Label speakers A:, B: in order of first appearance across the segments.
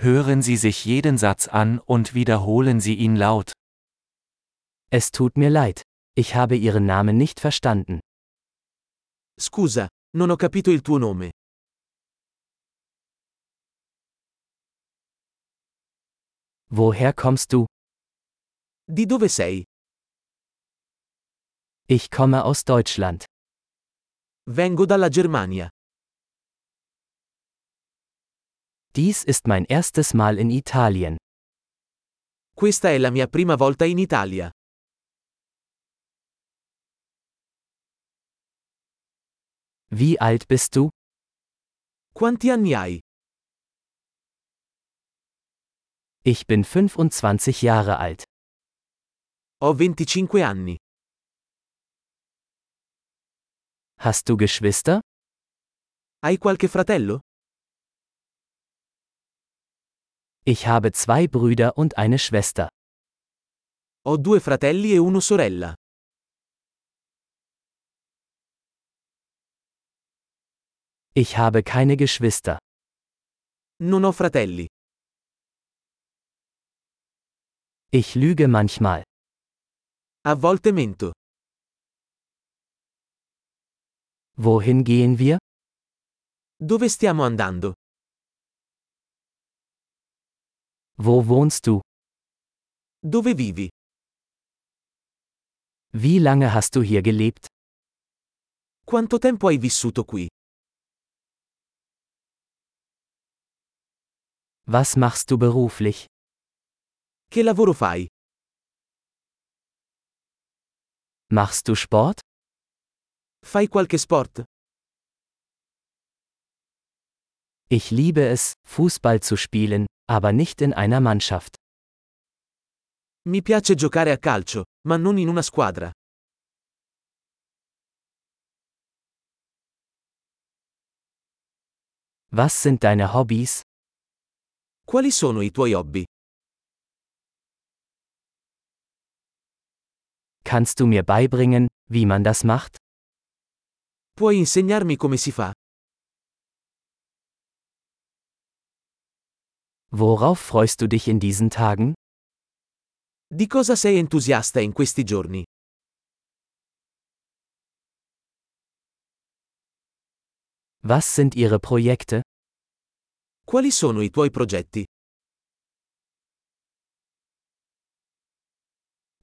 A: Hören Sie sich jeden Satz an und wiederholen Sie ihn laut.
B: Es tut mir leid. Ich habe Ihren Namen nicht verstanden.
C: Scusa, non ho capito il tuo nome.
B: Woher kommst du?
C: Di dove sei?
B: Ich komme aus Deutschland.
C: Vengo dalla Germania.
B: Dies ist mein erstes Mal in Italien.
C: Questa è la mia prima volta in Italia.
B: Wie alt bist du?
C: Quanti anni hai?
B: Ich bin 25 Jahre alt.
C: Ho 25 anni.
B: Hast du Geschwister?
C: Hai qualche fratello?
B: Ich habe zwei Brüder und eine Schwester.
C: Ho due fratelli e una sorella.
B: Ich habe keine Geschwister.
C: Non ho fratelli.
B: Ich lüge manchmal.
C: A volte mento.
B: Wohin gehen wir?
C: Dove stiamo andando?
B: Wo wohnst du?
C: Dove vivi?
B: Wie lange hast du hier gelebt?
C: Quanto tempo hai vissuto qui?
B: Was machst du beruflich?
C: Che lavoro fai?
B: Machst du Sport?
C: Fai qualche sport?
B: Ich liebe es, Fußball zu spielen, aber nicht in einer Mannschaft.
C: Mi piace giocare a calcio, ma non in una squadra.
B: Was sind deine Hobbys?
C: Quali sono i tuoi hobby?
B: Kannst du mir beibringen, wie man das macht?
C: Puoi insegnarmi come si fa?
B: Worauf freust du dich in diesen Tagen?
C: Di cosa sei entusiasta in questi giorni?
B: Was sind ihre Projekte?
C: Quali sono i tuoi progetti?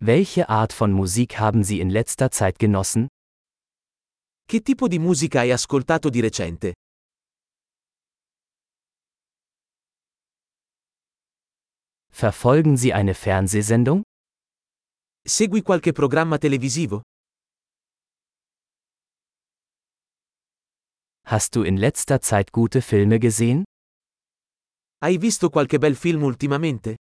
B: Welche Art von Musik haben sie in letzter Zeit genossen?
C: Che tipo di musica hai ascoltato di recente?
B: Verfolgen sie eine Fernsehsendung?
C: Segui qualche programma televisivo?
B: Hast du in letzter Zeit gute Filme gesehen?
C: Hai visto qualche bel film ultimamente?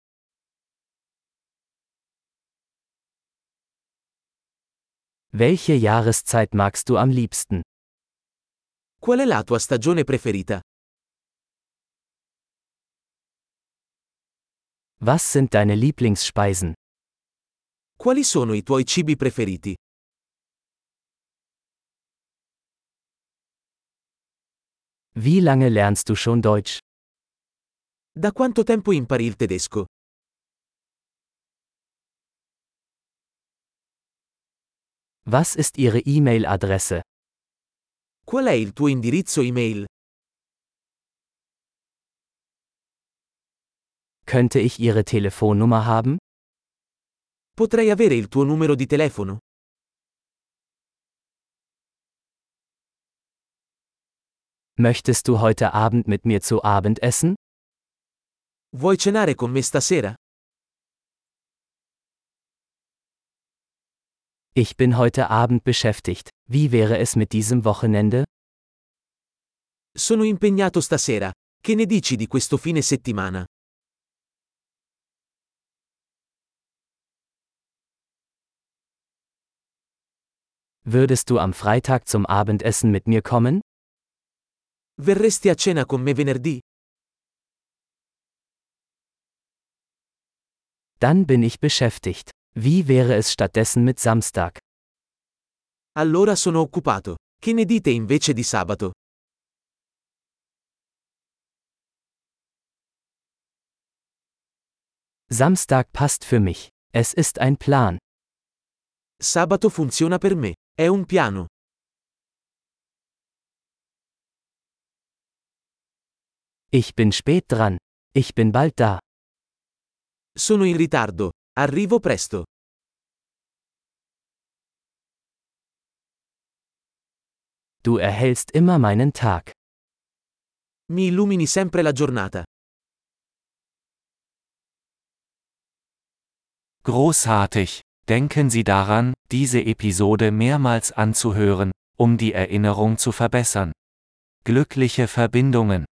B: Welche Jahreszeit magst du am liebsten?
C: Qual è la tua stagione preferita?
B: Was sind deine Lieblingsspeisen?
C: Quali sono i tuoi cibi preferiti?
B: Wie lange lernst du schon Deutsch?
C: Da quanto tempo impari il tedesco?
B: Was ist ihre E-Mail-Adresse?
C: Qual è il tuo indirizzo email?
B: Könnte ich ihre Telefonnummer haben?
C: Potrei avere il tuo numero di telefono?
B: Möchtest du heute Abend mit mir zu Abend essen?
C: Vuoi cenare con me stasera?
B: Ich bin heute Abend beschäftigt. Wie wäre es mit diesem Wochenende?
C: Sono impegnato stasera. Che ne dici di questo fine settimana?
B: Würdest du am Freitag zum Abendessen mit mir kommen?
C: Verresti a cena con me venerdì?
B: Dann bin ich beschäftigt. Wie wäre es stattdessen mit Samstag?
C: Allora sono occupato. Che ne dite invece di sabato?
B: Samstag passt für mich. Es ist ein Plan.
C: Sabato funziona per me. È un piano.
B: Ich bin spät dran. Ich bin bald da.
C: Sono in ritardo. Arrivo presto.
B: Du erhellst immer meinen Tag.
C: Mi illumini sempre la giornata.
A: Großartig! Denken Sie daran, diese Episode mehrmals anzuhören, um die Erinnerung zu verbessern. Glückliche Verbindungen!